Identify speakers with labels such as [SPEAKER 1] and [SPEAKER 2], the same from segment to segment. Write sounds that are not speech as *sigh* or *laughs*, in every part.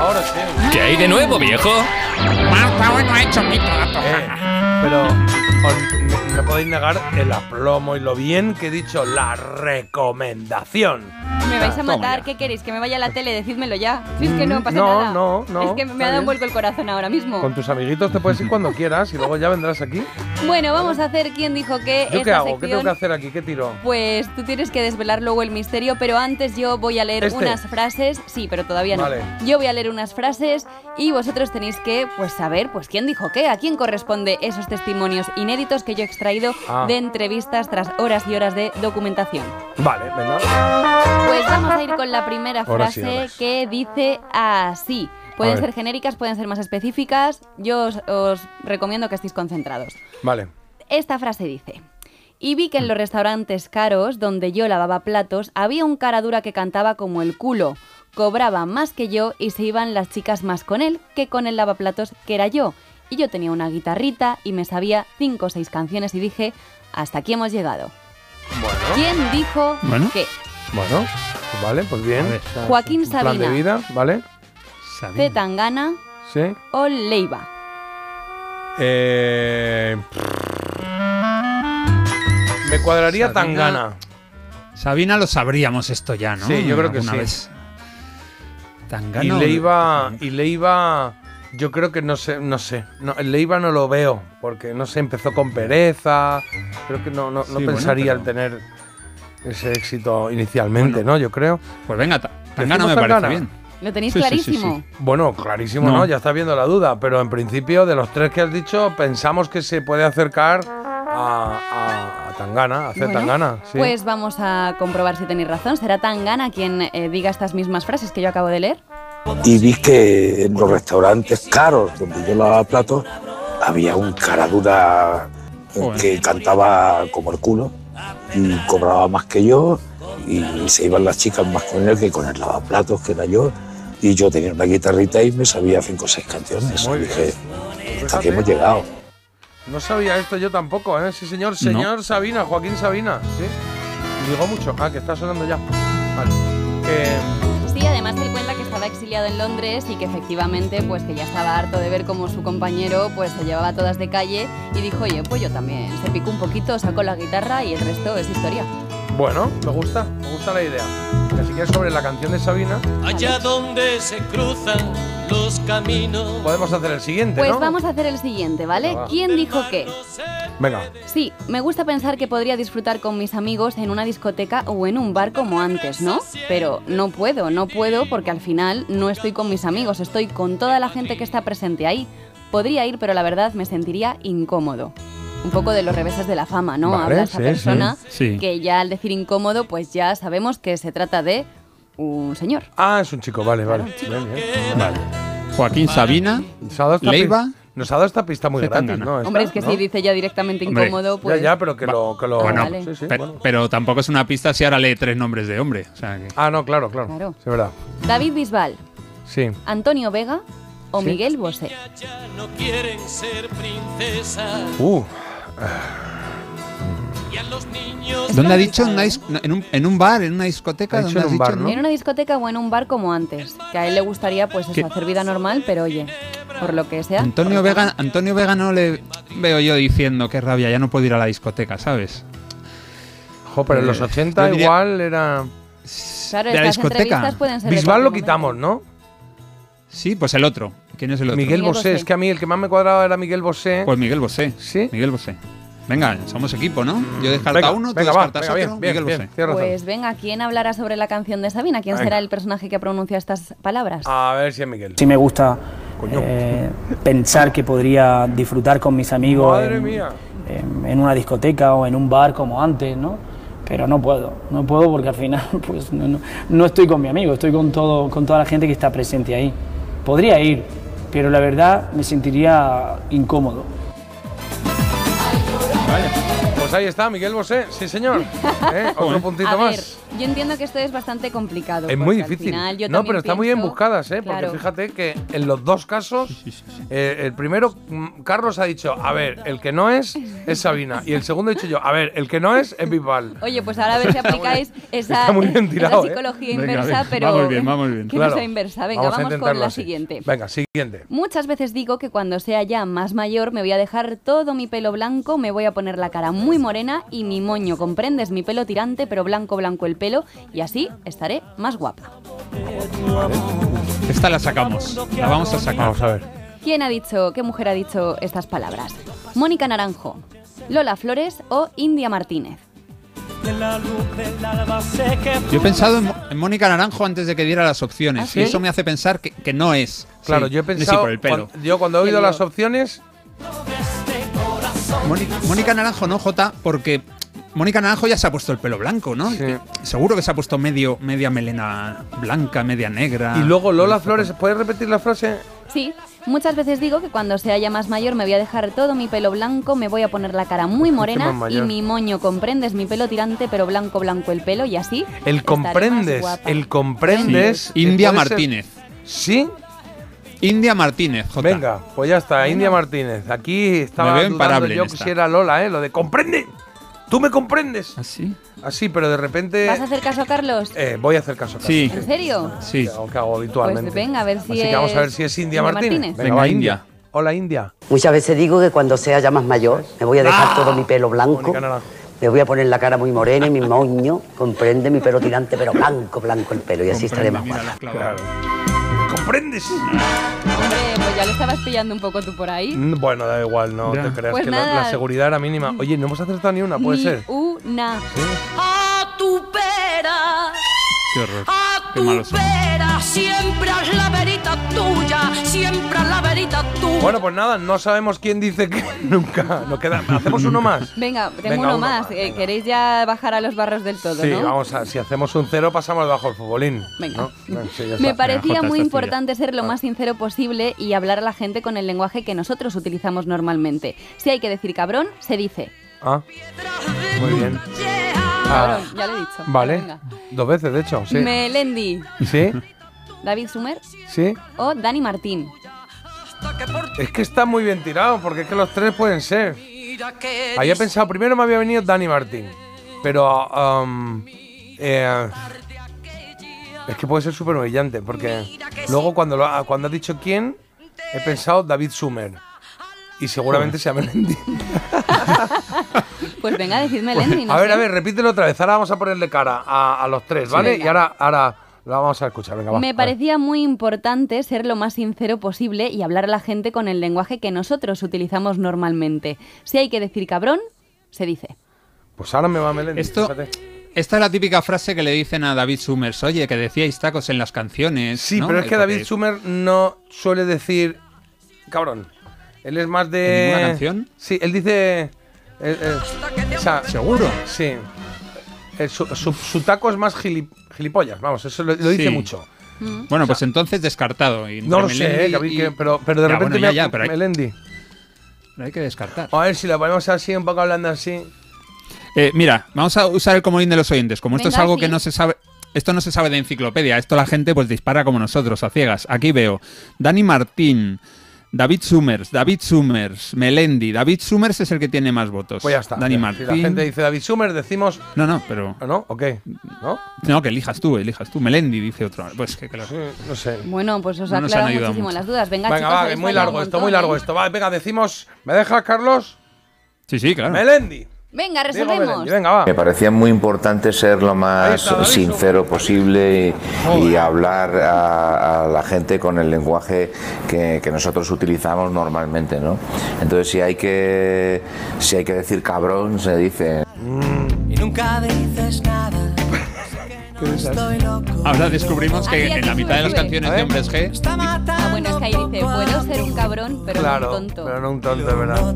[SPEAKER 1] ahora, sí.
[SPEAKER 2] ¿Qué hay de nuevo, viejo?
[SPEAKER 3] Marta hoy no ha hecho mito dato.
[SPEAKER 1] Eh, pero os- me, me podéis negar el aplomo y lo bien que he dicho, la recomendación.
[SPEAKER 4] Me vais a
[SPEAKER 1] Toma
[SPEAKER 4] matar,
[SPEAKER 1] ya. Mm,
[SPEAKER 4] ¿qué queréis? ¿Que me vaya a la tele? Decídmelo ya. Si es que no pasa
[SPEAKER 1] No,
[SPEAKER 4] nada.
[SPEAKER 1] no, no,
[SPEAKER 4] Es que me
[SPEAKER 1] está
[SPEAKER 4] ha dado
[SPEAKER 1] bien.
[SPEAKER 4] un vuelco el corazón ahora mismo.
[SPEAKER 1] Con tus amiguitos te puedes ir cuando quieras y luego ya vendrás aquí.
[SPEAKER 4] Bueno, vamos a hacer quién dijo que
[SPEAKER 1] ¿Yo
[SPEAKER 4] esta
[SPEAKER 1] qué hago? ¿Qué
[SPEAKER 4] sección-
[SPEAKER 1] tengo que hacer aquí? ¿Qué tiro?
[SPEAKER 4] Pues tú tienes que desvelar luego el misterio, pero antes yo voy a leer
[SPEAKER 1] ¿Este?
[SPEAKER 4] unas frases. Sí, pero todavía no.
[SPEAKER 1] Vale.
[SPEAKER 4] Yo voy a leer unas frases y vosotros tenéis que pues saber pues quién dijo qué, a quién corresponde esos testimonios inéditos que yo he extraído
[SPEAKER 1] Ah.
[SPEAKER 4] de entrevistas tras horas y horas de documentación.
[SPEAKER 1] Vale, venga.
[SPEAKER 4] Pues vamos a ir con la primera
[SPEAKER 1] Horas y
[SPEAKER 4] frase
[SPEAKER 1] horas.
[SPEAKER 4] que dice así. Pueden
[SPEAKER 1] ver.
[SPEAKER 4] ser genéricas, pueden ser más específicas. Yo os- os recomiendo que estéis concentrados.
[SPEAKER 1] Vale.
[SPEAKER 4] Esta frase dice: Y vi que en los restaurantes caros, donde yo lavaba platos, había un cara dura que cantaba como el culo. Cobraba más que yo y se iban las chicas más con él que con el lavaplatos que era yo. Y yo tenía una guitarrita y me sabía cinco o seis canciones y dije: Hasta aquí hemos llegado.
[SPEAKER 1] Bueno,
[SPEAKER 4] ¿Quién dijo
[SPEAKER 2] Bueno.
[SPEAKER 4] que
[SPEAKER 1] bueno. pues Vale, pues bien.
[SPEAKER 4] Joaquín
[SPEAKER 1] Un plan de
[SPEAKER 4] Sabina,
[SPEAKER 1] vida, ¿vale?
[SPEAKER 4] C. Tangana
[SPEAKER 1] Sí.
[SPEAKER 4] o Leiva?
[SPEAKER 1] Eh, me cuadraría
[SPEAKER 5] Sabina.
[SPEAKER 1] Tangana.
[SPEAKER 5] Sabina lo sabríamos esto ya, ¿no?
[SPEAKER 1] Sí, yo creo que
[SPEAKER 5] Alguna
[SPEAKER 1] sí.
[SPEAKER 5] vez. Tangana
[SPEAKER 1] Y
[SPEAKER 5] o-
[SPEAKER 1] Leiva, y Leiva, yo creo que no sé, no sé. No, Leiva no lo veo, porque no sé, empezó con pereza. Creo que no, no, no
[SPEAKER 5] Sí, bueno,
[SPEAKER 1] pensaría
[SPEAKER 5] pero-
[SPEAKER 1] al tener ese éxito inicialmente, ¿no? Yo creo.
[SPEAKER 5] Pues venga, Ta- Tangana me
[SPEAKER 1] Decimos
[SPEAKER 5] parece
[SPEAKER 1] Tangana.
[SPEAKER 5] bien.
[SPEAKER 4] Lo tenéis
[SPEAKER 5] Sí, sí, sí,
[SPEAKER 4] clarísimo.
[SPEAKER 5] sí.
[SPEAKER 1] Bueno, clarísimo,
[SPEAKER 5] No.
[SPEAKER 1] ¿no? Ya está viendo la duda, pero en principio, de los tres que has dicho, pensamos que se puede acercar a, a, a Tangana, a hacer
[SPEAKER 4] Bueno,
[SPEAKER 1] Tangana. Sí.
[SPEAKER 4] Pues vamos a comprobar si tenéis razón. ¿Será Tangana quien eh, diga estas mismas frases que yo acabo de leer?
[SPEAKER 6] y vi que en los restaurantes caros donde yo lavaba platos había un cara dura
[SPEAKER 5] Joder.
[SPEAKER 6] que cantaba como el culo y cobraba más que yo y se iban las chicas más con él que con el lavaplatos que era yo y yo tenía una guitarrita y me sabía cinco o seis canciones
[SPEAKER 1] Muy
[SPEAKER 6] y dije hasta aquí
[SPEAKER 1] Fíjate.
[SPEAKER 6] hemos llegado
[SPEAKER 1] No sabía esto yo tampoco, ¿eh? Sí, señor. Señor Sabina, Joaquín Sabina. Sí. Digo mucho. Ah, que está sonando ya. Vale. Eh, Que-
[SPEAKER 4] Sí, además él cuenta que estaba exiliado en Londres y que efectivamente, pues que ya estaba harto de ver cómo su compañero pues se llevaba todas de calle y dijo, oye, pues yo también. Se picó un poquito, sacó la guitarra y el resto es historia.
[SPEAKER 1] bueno, me gusta. Me gusta la idea. Así que sobre la canción de Sabina,
[SPEAKER 7] Allá donde se cruzan los caminos.
[SPEAKER 1] podemos hacer el siguiente,
[SPEAKER 4] Pues
[SPEAKER 1] ¿no?
[SPEAKER 4] vamos a hacer el siguiente, ¿vale?
[SPEAKER 1] Venga, va.
[SPEAKER 4] ¿Quién dijo qué?
[SPEAKER 1] Venga.
[SPEAKER 4] Sí, me gusta pensar que podría disfrutar con mis amigos en una discoteca o en un bar como antes, ¿no? Pero no puedo, no puedo porque al final no estoy con mis amigos, estoy con toda la gente que está presente ahí. Podría ir, pero la verdad me sentiría incómodo. Un poco de los reveses de la fama, ¿no?
[SPEAKER 1] Vale,
[SPEAKER 4] Habla esa
[SPEAKER 1] sí,
[SPEAKER 4] persona
[SPEAKER 5] sí. Sí.
[SPEAKER 4] que ya al decir incómodo, pues ya sabemos que se trata de un señor.
[SPEAKER 1] Ah, es un chico, vale, vale. Bien, bien.
[SPEAKER 5] Joaquín Sabina.
[SPEAKER 1] Nos ha dado esta
[SPEAKER 5] Leiva.
[SPEAKER 1] pi- Nos ha dado esta pista muy
[SPEAKER 5] Se
[SPEAKER 1] gratis,
[SPEAKER 5] tangana.
[SPEAKER 1] ¿no? Esta,
[SPEAKER 4] Hombre, es que
[SPEAKER 1] ¿no?
[SPEAKER 4] si dice ya directamente
[SPEAKER 5] Hombre,
[SPEAKER 4] incómodo,
[SPEAKER 1] Ya,
[SPEAKER 4] pues...
[SPEAKER 1] ya, pero que
[SPEAKER 5] Va-
[SPEAKER 1] lo. Que lo...
[SPEAKER 5] Bueno,
[SPEAKER 4] vale.
[SPEAKER 1] sí, sí,
[SPEAKER 5] Pe-
[SPEAKER 1] bueno.
[SPEAKER 5] Pero tampoco es una pista si ahora lee tres nombres de hombre. O sea que-
[SPEAKER 1] Ah, no, claro, claro.
[SPEAKER 4] Claro.
[SPEAKER 1] Sí, verdad.
[SPEAKER 4] pues David Bisbal,
[SPEAKER 1] Sí.
[SPEAKER 4] Antonio Vega o
[SPEAKER 1] Sí.
[SPEAKER 4] Miguel Bosé.
[SPEAKER 7] Ya no quieren ser princesas.
[SPEAKER 1] Uh,
[SPEAKER 7] Y a los niños.
[SPEAKER 5] ¿Dónde ha dicho? ¿En, una dis- en un, en un bar? ¿En una discoteca?
[SPEAKER 1] Ha dicho
[SPEAKER 5] ¿Dónde
[SPEAKER 1] en
[SPEAKER 5] has
[SPEAKER 1] un
[SPEAKER 5] dicho?
[SPEAKER 1] bar, ¿no?
[SPEAKER 4] En una discoteca o en un bar como antes. Que a él le gustaría, pues, eso,
[SPEAKER 5] ¿Qué?
[SPEAKER 4] hacer vida normal, pero oye, por lo que sea.
[SPEAKER 5] Antonio Vega, Antonio Vega no le veo yo diciendo qué rabia, ya no puedo ir a la discoteca, ¿sabes?
[SPEAKER 1] jo, pero en los
[SPEAKER 5] Eh,
[SPEAKER 1] 80
[SPEAKER 5] yo diría-
[SPEAKER 1] igual era.
[SPEAKER 4] Claro,
[SPEAKER 5] de la
[SPEAKER 4] estas
[SPEAKER 5] discoteca.
[SPEAKER 4] entrevistas pueden ser. de
[SPEAKER 1] Bisbal lo
[SPEAKER 4] cualquier
[SPEAKER 1] quitamos, ¿no?
[SPEAKER 5] Sí, pues el otro. ¿Quién es el otro?
[SPEAKER 1] Miguel
[SPEAKER 4] Miguel
[SPEAKER 1] Bosé,
[SPEAKER 4] Bosé.
[SPEAKER 1] es que a mí el que más me cuadraba era Miguel Bosé.
[SPEAKER 5] Pues Miguel Bosé.
[SPEAKER 1] Sí. Mm.
[SPEAKER 5] Miguel Bosé. Venga, somos equipo, ¿no? Yo descarta uno, tú
[SPEAKER 1] venga, va,
[SPEAKER 5] descartas
[SPEAKER 1] venga,
[SPEAKER 5] otro.
[SPEAKER 1] bien, bien, bien,
[SPEAKER 5] Miguel Bosé.
[SPEAKER 1] tienes
[SPEAKER 4] momento.
[SPEAKER 1] razón.
[SPEAKER 4] Pues venga, ¿quién hablará sobre la canción de Sabina? ¿Quién
[SPEAKER 1] Venga. Ah,
[SPEAKER 4] será el personaje que pronuncia estas palabras?
[SPEAKER 1] A ver si es Miguel.
[SPEAKER 8] Sí me gusta
[SPEAKER 1] Coño.
[SPEAKER 8] eh, pensar que podría disfrutar con mis amigos
[SPEAKER 1] Madre
[SPEAKER 8] en,
[SPEAKER 1] mía.
[SPEAKER 8] en- en una discoteca o en un bar como antes, ¿no? Pero no puedo, no puedo porque al final *laughs* pues no, no- no estoy con mi amigo, estoy con, todo, con toda la gente que está presente ahí. Podría ir, pero la verdad me sentiría incómodo.
[SPEAKER 1] Pues ahí está, Miguel Bosé. Sí, señor. Eh, Otro
[SPEAKER 4] *laughs*
[SPEAKER 5] Joder.
[SPEAKER 1] puntito
[SPEAKER 4] a ver,
[SPEAKER 1] más.
[SPEAKER 4] Yo entiendo que esto es bastante complicado.
[SPEAKER 1] Es muy
[SPEAKER 4] porque al
[SPEAKER 1] difícil.
[SPEAKER 4] final yo
[SPEAKER 1] no,
[SPEAKER 4] también
[SPEAKER 1] pero está muy bien
[SPEAKER 4] pienso-
[SPEAKER 1] buscadas, ¿eh?
[SPEAKER 4] Claro.
[SPEAKER 1] Porque fíjate que en los dos casos, eh, el primero, mm, Carlos ha dicho, a ver, el que no es, es Sabina. Y el segundo he dicho yo, a ver, el que no es, es Bisbal.
[SPEAKER 4] Oye, pues ahora
[SPEAKER 1] *laughs*
[SPEAKER 4] a ver si aplicáis esa,
[SPEAKER 1] está muy bien
[SPEAKER 4] esa
[SPEAKER 1] tirado, ¿eh?
[SPEAKER 4] psicología
[SPEAKER 5] Venga,
[SPEAKER 4] inversa,
[SPEAKER 5] venga,
[SPEAKER 4] pero.
[SPEAKER 5] va muy bien, va muy bien.
[SPEAKER 4] Que no sea inversa. Venga,
[SPEAKER 1] Vamos a
[SPEAKER 4] vamos, con
[SPEAKER 1] intentarlo
[SPEAKER 4] la
[SPEAKER 1] así.
[SPEAKER 4] siguiente.
[SPEAKER 1] Venga, siguiente.
[SPEAKER 4] Muchas veces digo que cuando sea ya más mayor me voy a dejar todo mi pelo blanco, me voy a poner la cara muy morena y mi moño, comprendes, mi pelo tirante, pero blanco, blanco el pelo, y así estaré más guapa.
[SPEAKER 5] Esta la sacamos. La vamos a sacar.
[SPEAKER 1] Vamos a ver.
[SPEAKER 4] ¿Quién ha dicho, qué mujer ha dicho estas palabras? Mónica Naranjo, Lola Flores o India Martínez.
[SPEAKER 5] Yo he pensado en, Mo- en Mónica Naranjo antes de que diera las opciones.
[SPEAKER 4] ¿Ah, sí?
[SPEAKER 5] Y eso me hace pensar que, que no es.
[SPEAKER 1] Claro,
[SPEAKER 5] Sí.
[SPEAKER 1] yo he
[SPEAKER 5] Sí,
[SPEAKER 1] pensado.
[SPEAKER 5] por el pelo.
[SPEAKER 1] cuan- yo cuando he
[SPEAKER 4] Qué
[SPEAKER 1] oído
[SPEAKER 4] lío.
[SPEAKER 1] las opciones.
[SPEAKER 5] Mónica, Mónica Naranjo no, Jota, porque Mónica Naranjo ya se ha puesto el pelo blanco, ¿no?
[SPEAKER 1] Sí.
[SPEAKER 5] Seguro que se ha puesto medio, media melena blanca, media negra.
[SPEAKER 1] Y luego Lola Flores, ¿puedes repetir la frase?
[SPEAKER 4] Sí, muchas veces digo que cuando sea ya más mayor me voy a dejar todo mi pelo blanco, me voy a poner la cara muy
[SPEAKER 1] más
[SPEAKER 4] morena y
[SPEAKER 1] mayor.
[SPEAKER 4] mi moño, comprendes, mi pelo tirante, pero blanco, blanco el pelo, y así. estaré
[SPEAKER 1] El
[SPEAKER 4] más
[SPEAKER 1] comprendes.
[SPEAKER 4] guapa.
[SPEAKER 1] El
[SPEAKER 5] Sí.
[SPEAKER 1] comprendes.
[SPEAKER 5] India
[SPEAKER 1] ¿Puede ser?
[SPEAKER 5] Martínez.
[SPEAKER 1] Sí,
[SPEAKER 5] India Martínez, Jota.
[SPEAKER 1] Venga, pues ya está, India Martínez. Aquí estaba
[SPEAKER 5] Me veo
[SPEAKER 1] dudando
[SPEAKER 5] imparable
[SPEAKER 1] yo
[SPEAKER 5] en
[SPEAKER 1] que
[SPEAKER 5] esta.
[SPEAKER 1] si era Lola, ¿eh? Lo de comprende. Tú me comprendes.
[SPEAKER 5] ¿Así?
[SPEAKER 1] Así, pero de repente
[SPEAKER 4] ¿Vas a hacer caso a Carlos?
[SPEAKER 1] eh, voy a hacer caso. a
[SPEAKER 5] Sí.
[SPEAKER 4] ¿En serio?
[SPEAKER 1] Carlos,
[SPEAKER 5] Sí.
[SPEAKER 1] Que hago, que hago habitualmente.
[SPEAKER 4] Pues venga, a ver si
[SPEAKER 1] Así
[SPEAKER 4] es
[SPEAKER 1] que vamos a ver si es India Martínez.
[SPEAKER 5] Venga,
[SPEAKER 1] va,
[SPEAKER 5] India.
[SPEAKER 1] Hola, India.
[SPEAKER 2] Muchas veces digo que cuando sea ya más mayor me voy a dejar todo mi pelo blanco.
[SPEAKER 1] Ah, Mónica Naranjo.
[SPEAKER 2] Me voy a poner la cara muy morena y mi moño, comprende, mi pelo tirante, pero blanco, blanco el pelo. Y así estaré más guapa.
[SPEAKER 1] ¿Comprendes?
[SPEAKER 4] Hombre, pues ya lo estabas pillando un poco tú por ahí.
[SPEAKER 1] Mm, Bueno, da igual, no
[SPEAKER 5] Ya.
[SPEAKER 1] te creas
[SPEAKER 4] Pues
[SPEAKER 1] que la,
[SPEAKER 4] nada.
[SPEAKER 1] la seguridad era mínima. Oye, no hemos acertado ni una, puede
[SPEAKER 4] Ni
[SPEAKER 1] ser.
[SPEAKER 4] Una. A tu pera,
[SPEAKER 5] Qué horror.
[SPEAKER 9] A
[SPEAKER 5] Qué malos
[SPEAKER 9] tu
[SPEAKER 5] somos.
[SPEAKER 9] pera, siempre haz la verita tuya, siempre haz la verita tuya.
[SPEAKER 1] Bueno, pues nada, no sabemos quién dice que *laughs* nunca. Nos queda. Hacemos uno más.
[SPEAKER 4] Venga, tengo
[SPEAKER 1] Venga,
[SPEAKER 4] uno
[SPEAKER 1] uno
[SPEAKER 4] más.
[SPEAKER 1] más,
[SPEAKER 4] Eh,
[SPEAKER 1] venga.
[SPEAKER 4] ¿Queréis ya bajar a los barros del todo,
[SPEAKER 1] sí,
[SPEAKER 4] no?
[SPEAKER 1] vamos a. Si hacemos un cero, pasamos bajo el futbolín.
[SPEAKER 4] Venga.
[SPEAKER 1] ¿no? Sí, ya
[SPEAKER 4] Me
[SPEAKER 1] está. Ah.
[SPEAKER 4] parecía
[SPEAKER 5] Jota, esta
[SPEAKER 4] muy
[SPEAKER 5] es tuya.
[SPEAKER 4] importante ser lo más sincero posible y hablar a la gente con el lenguaje que nosotros utilizamos normalmente. Si hay que decir cabrón, se dice.
[SPEAKER 1] Ah. Muy bien. Ah,
[SPEAKER 4] Cabrón, ya lo he dicho.
[SPEAKER 1] vale.
[SPEAKER 4] Venga.
[SPEAKER 1] Dos veces, de hecho. Sí.
[SPEAKER 4] Melendi,
[SPEAKER 1] Sí,
[SPEAKER 4] David Sumer
[SPEAKER 1] sí.
[SPEAKER 4] o Dani Martín.
[SPEAKER 1] Es que está muy bien tirado, porque es que los tres pueden ser.
[SPEAKER 9] Mira que
[SPEAKER 1] Había pensado, primero me había venido Dani Martín. Pero. um, eh, es que puede ser súper brillante, porque luego cuando, lo ha- cuando has dicho quién, he pensado David Sumer. Y seguramente
[SPEAKER 4] Hmm.
[SPEAKER 1] sea Melendi.
[SPEAKER 4] Pues venga, decid Melendi. no
[SPEAKER 1] A ver,
[SPEAKER 4] sé.
[SPEAKER 1] a ver, repítelo otra vez. Ahora vamos a ponerle cara a, a los tres, ¿vale? y ahora, ahora la vamos a escuchar. Venga, va,
[SPEAKER 4] Me
[SPEAKER 1] vale.
[SPEAKER 4] parecía muy importante ser lo más sincero posible y hablar a la gente con el lenguaje que nosotros utilizamos normalmente. Si hay que decir cabrón, se dice.
[SPEAKER 1] Pues ahora me va Melendi.
[SPEAKER 5] Esto,
[SPEAKER 1] fíjate.
[SPEAKER 5] esta es la típica frase que le dicen a David Summers. Oye, que decíais tacos en las canciones.
[SPEAKER 1] Sí,
[SPEAKER 5] ¿no? Eh,
[SPEAKER 1] pero es que David
[SPEAKER 5] Porque-
[SPEAKER 1] Sumer no suele decir cabrón. Él es más de.
[SPEAKER 5] ¿En ninguna canción?
[SPEAKER 1] Sí, él dice. eh, eh, o sea,
[SPEAKER 5] Seguro.
[SPEAKER 1] sí. Eh, su, su- su taco es más gili- gilipollas, vamos, eso lo, lo dice
[SPEAKER 5] Sí.
[SPEAKER 1] mucho.
[SPEAKER 5] Bueno, pues entonces descartado. Y
[SPEAKER 1] No lo
[SPEAKER 5] entre
[SPEAKER 1] sé, eh,
[SPEAKER 5] Melendi
[SPEAKER 1] Gabriel,
[SPEAKER 5] y-
[SPEAKER 1] que- pero, pero de
[SPEAKER 5] Ya,
[SPEAKER 1] repente
[SPEAKER 5] bueno, ya,
[SPEAKER 1] me-
[SPEAKER 5] ya, pero hay,
[SPEAKER 1] Melendi.
[SPEAKER 5] pero hay que descartar.
[SPEAKER 1] A ver si lo ponemos así, un poco hablando así.
[SPEAKER 5] Eh, mira, vamos a usar el comodín de los oyentes. Como esto
[SPEAKER 4] Venga,
[SPEAKER 5] es algo
[SPEAKER 4] sí.
[SPEAKER 5] que no se sabe. Esto no se sabe de enciclopedia, esto la gente pues dispara como nosotros, a ciegas. Aquí veo Dani Martín, David Summers, David Summers, Melendi. David Summers es el que tiene más votos.
[SPEAKER 1] Pues ya está.
[SPEAKER 5] Dani
[SPEAKER 1] Si
[SPEAKER 5] Martín.
[SPEAKER 1] la gente dice David Sumer, decimos.
[SPEAKER 5] No, no, pero.
[SPEAKER 1] ¿Ah, ¿No? ¿O qué? ¿No?
[SPEAKER 5] No, que elijas tú, elijas tú. Melendi dice otro. Pues que claro.
[SPEAKER 1] Sí,
[SPEAKER 4] Mm.
[SPEAKER 1] No sé.
[SPEAKER 4] Bueno, pues os
[SPEAKER 5] No
[SPEAKER 4] ha
[SPEAKER 5] nos han
[SPEAKER 4] aclarado
[SPEAKER 5] ayudado
[SPEAKER 4] muchísimo
[SPEAKER 5] mucho.
[SPEAKER 4] las dudas. Venga,
[SPEAKER 1] Venga,
[SPEAKER 4] chicos,
[SPEAKER 1] va, que
[SPEAKER 4] habéis
[SPEAKER 1] muy
[SPEAKER 4] fallado
[SPEAKER 1] largo
[SPEAKER 4] un
[SPEAKER 1] esto, muy
[SPEAKER 4] montón,
[SPEAKER 1] largo
[SPEAKER 4] ¿eh?
[SPEAKER 1] esto. Va, venga, decimos. ¿Me dejas, Carlos?
[SPEAKER 5] Sí, sí, claro.
[SPEAKER 1] Melendi.
[SPEAKER 4] Venga,
[SPEAKER 1] Diego
[SPEAKER 4] resolvemos.
[SPEAKER 1] Melendi, Venga, va.
[SPEAKER 10] Me parecía muy importante ser lo
[SPEAKER 1] Ahí
[SPEAKER 10] más
[SPEAKER 1] está, David.
[SPEAKER 10] sincero posible y, y hablar a, a la gente con el lenguaje que, que nosotros utilizamos normalmente, ¿no? Entonces si hay que si hay que decir cabrón se dice.
[SPEAKER 9] Y nunca dices nada. Estoy loco.
[SPEAKER 5] Ahora descubrimos que
[SPEAKER 4] Aquí, aquí
[SPEAKER 5] en la mitad de las
[SPEAKER 4] sube.
[SPEAKER 5] canciones
[SPEAKER 1] A
[SPEAKER 5] de
[SPEAKER 1] ver.
[SPEAKER 5] Hombres G.
[SPEAKER 9] Está matando
[SPEAKER 4] Ah, bueno, es que ahí dice, puedo ser un cabrón, pero no
[SPEAKER 1] Claro,
[SPEAKER 4] un tonto.
[SPEAKER 1] pero no un tonto, de verdad.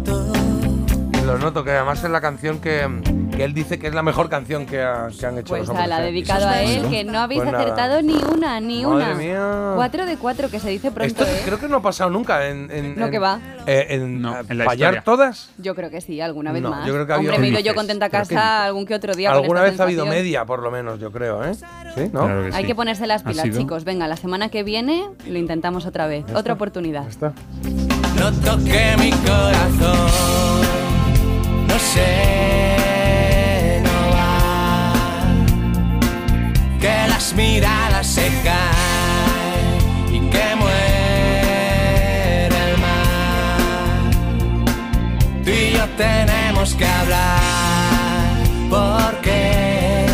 [SPEAKER 1] Lo noto, que además es la canción que, que él dice que es la mejor canción que, ha- que han hecho
[SPEAKER 4] Pues
[SPEAKER 1] los
[SPEAKER 4] a
[SPEAKER 1] hombres ¿eh?
[SPEAKER 4] la
[SPEAKER 1] G.
[SPEAKER 4] dedicado a él, que no habéis
[SPEAKER 1] Pues nada.
[SPEAKER 4] acertado ni una, ni
[SPEAKER 1] Madre
[SPEAKER 4] una.
[SPEAKER 1] mía.
[SPEAKER 4] Cuatro de cuatro, que se dice pronto,
[SPEAKER 1] Esto
[SPEAKER 4] ¿eh?
[SPEAKER 1] creo que no ha pasado nunca en. en
[SPEAKER 4] No,
[SPEAKER 1] en-
[SPEAKER 4] que va.
[SPEAKER 1] eh, en,
[SPEAKER 5] en la
[SPEAKER 1] fallar
[SPEAKER 5] historia.
[SPEAKER 1] todas.
[SPEAKER 4] Yo creo que sí, alguna vez
[SPEAKER 1] No,
[SPEAKER 4] más.
[SPEAKER 1] yo creo que ha habido-
[SPEAKER 4] Hombre, me he ido
[SPEAKER 1] ¿Qué
[SPEAKER 4] yo
[SPEAKER 1] dices?
[SPEAKER 4] contenta a
[SPEAKER 1] Creo que
[SPEAKER 4] casa algún que otro día. con
[SPEAKER 1] Alguna
[SPEAKER 4] esta
[SPEAKER 1] vez ha habido
[SPEAKER 4] sensación.
[SPEAKER 1] media, por lo menos, yo creo, ¿eh? Sí, ¿Ah, ¿no?
[SPEAKER 5] Claro que
[SPEAKER 4] Hay que ponerse las
[SPEAKER 1] ¿Ha
[SPEAKER 4] pilas,
[SPEAKER 1] sido?
[SPEAKER 4] chicos. Venga, la semana que viene lo intentamos otra vez. Otra oportunidad.
[SPEAKER 7] No toque mi corazón, no sé, no va. Que las miradas se caen y que muere el mar. Tú y yo tenemos que hablar, porque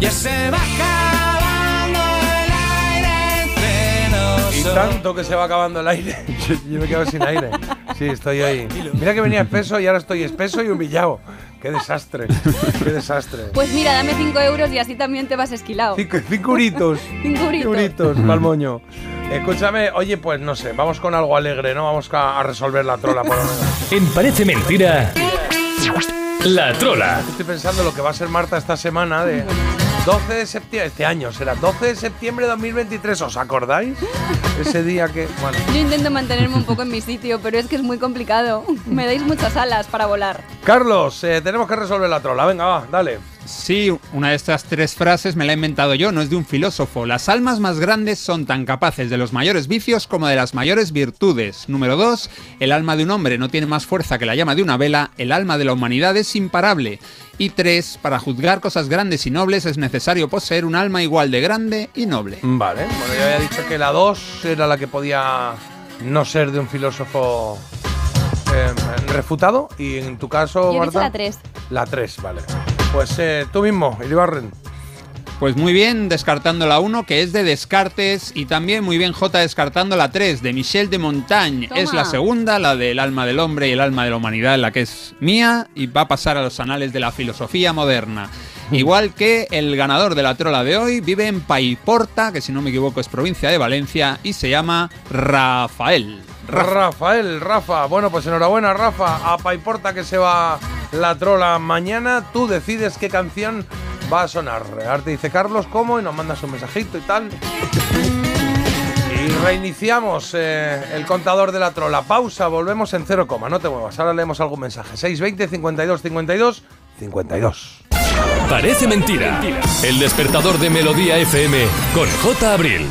[SPEAKER 7] ya se va acabando el aire entre nosotros.
[SPEAKER 1] Y tanto que se va acabando el aire. *laughs* Yo- Yo me quedo sin aire. Sí, estoy ahí. Mira que venía espeso y ahora estoy espeso y humillado. Qué desastre. Qué desastre.
[SPEAKER 4] Pues mira, dame cinco euros y así también te vas esquilado.
[SPEAKER 1] Cinco, cinco uritos.
[SPEAKER 4] Oh. *laughs* Cinco euritos.
[SPEAKER 1] pa'l moño. Escúchame, oye, pues no sé, vamos con algo alegre, ¿no? Vamos a, a resolver la trola pues. por lo menos.
[SPEAKER 4] *laughs*
[SPEAKER 11] En Parece Mentira, La Trola.
[SPEAKER 1] Estoy pensando lo que va a ser Marta esta semana de 12 de septiembre, este año será 12 de septiembre de 2023, ¿os acordáis? Ese día que, bueno,
[SPEAKER 4] Yo intento mantenerme un poco en mi sitio, pero es que es
[SPEAKER 1] *laughs*
[SPEAKER 4] muy complicado. Me dais muchas alas para volar.
[SPEAKER 1] Carlos, eh, tenemos que resolver la trola, venga, va, dale.
[SPEAKER 5] Sí, una de estas tres frases me la he inventado yo, no es de un filósofo. Las almas más grandes son tan capaces de los mayores vicios como de las mayores virtudes. Número 2. El alma de un hombre no tiene más fuerza que la llama de una vela, el alma de la humanidad es imparable. Y 3. Para juzgar cosas grandes y nobles es necesario poseer un alma igual de grande y noble.
[SPEAKER 1] Vale, bueno, yo había dicho que la 2 era la que podía no ser de un filósofo eh, refutado y en tu caso,
[SPEAKER 4] Yo he dicho
[SPEAKER 1] Marta,
[SPEAKER 4] la tres.
[SPEAKER 1] la 3, vale. Pues eh, tú mismo, Iribarren.
[SPEAKER 5] Pues muy bien, descartando la 1, que es de Descartes, y también muy bien J descartando la 3, de Michel de Montaigne.
[SPEAKER 4] Toma.
[SPEAKER 5] Es la segunda, la del alma del hombre y el alma de la humanidad, la que es mía, y va a pasar a los anales de la filosofía moderna. Igual que el ganador de la trola de hoy vive en Paiporta, que si no me equivoco es provincia de Valencia, y se llama Rafael.
[SPEAKER 1] Rafael, Rafa. Bueno, pues enhorabuena, Rafa. A Paiporta que se va la trola mañana. Tú decides qué canción va a sonar. Ahora te dice Carlos cómo y nos mandas un mensajito y tal. Y reiniciamos eh, el contador de la trola. Pausa, volvemos en cero coma. No te muevas. Ahora leemos algún mensaje. 620 52 52 52.
[SPEAKER 11] Parece Mentira. El despertador de Melodía FM con J. Abril.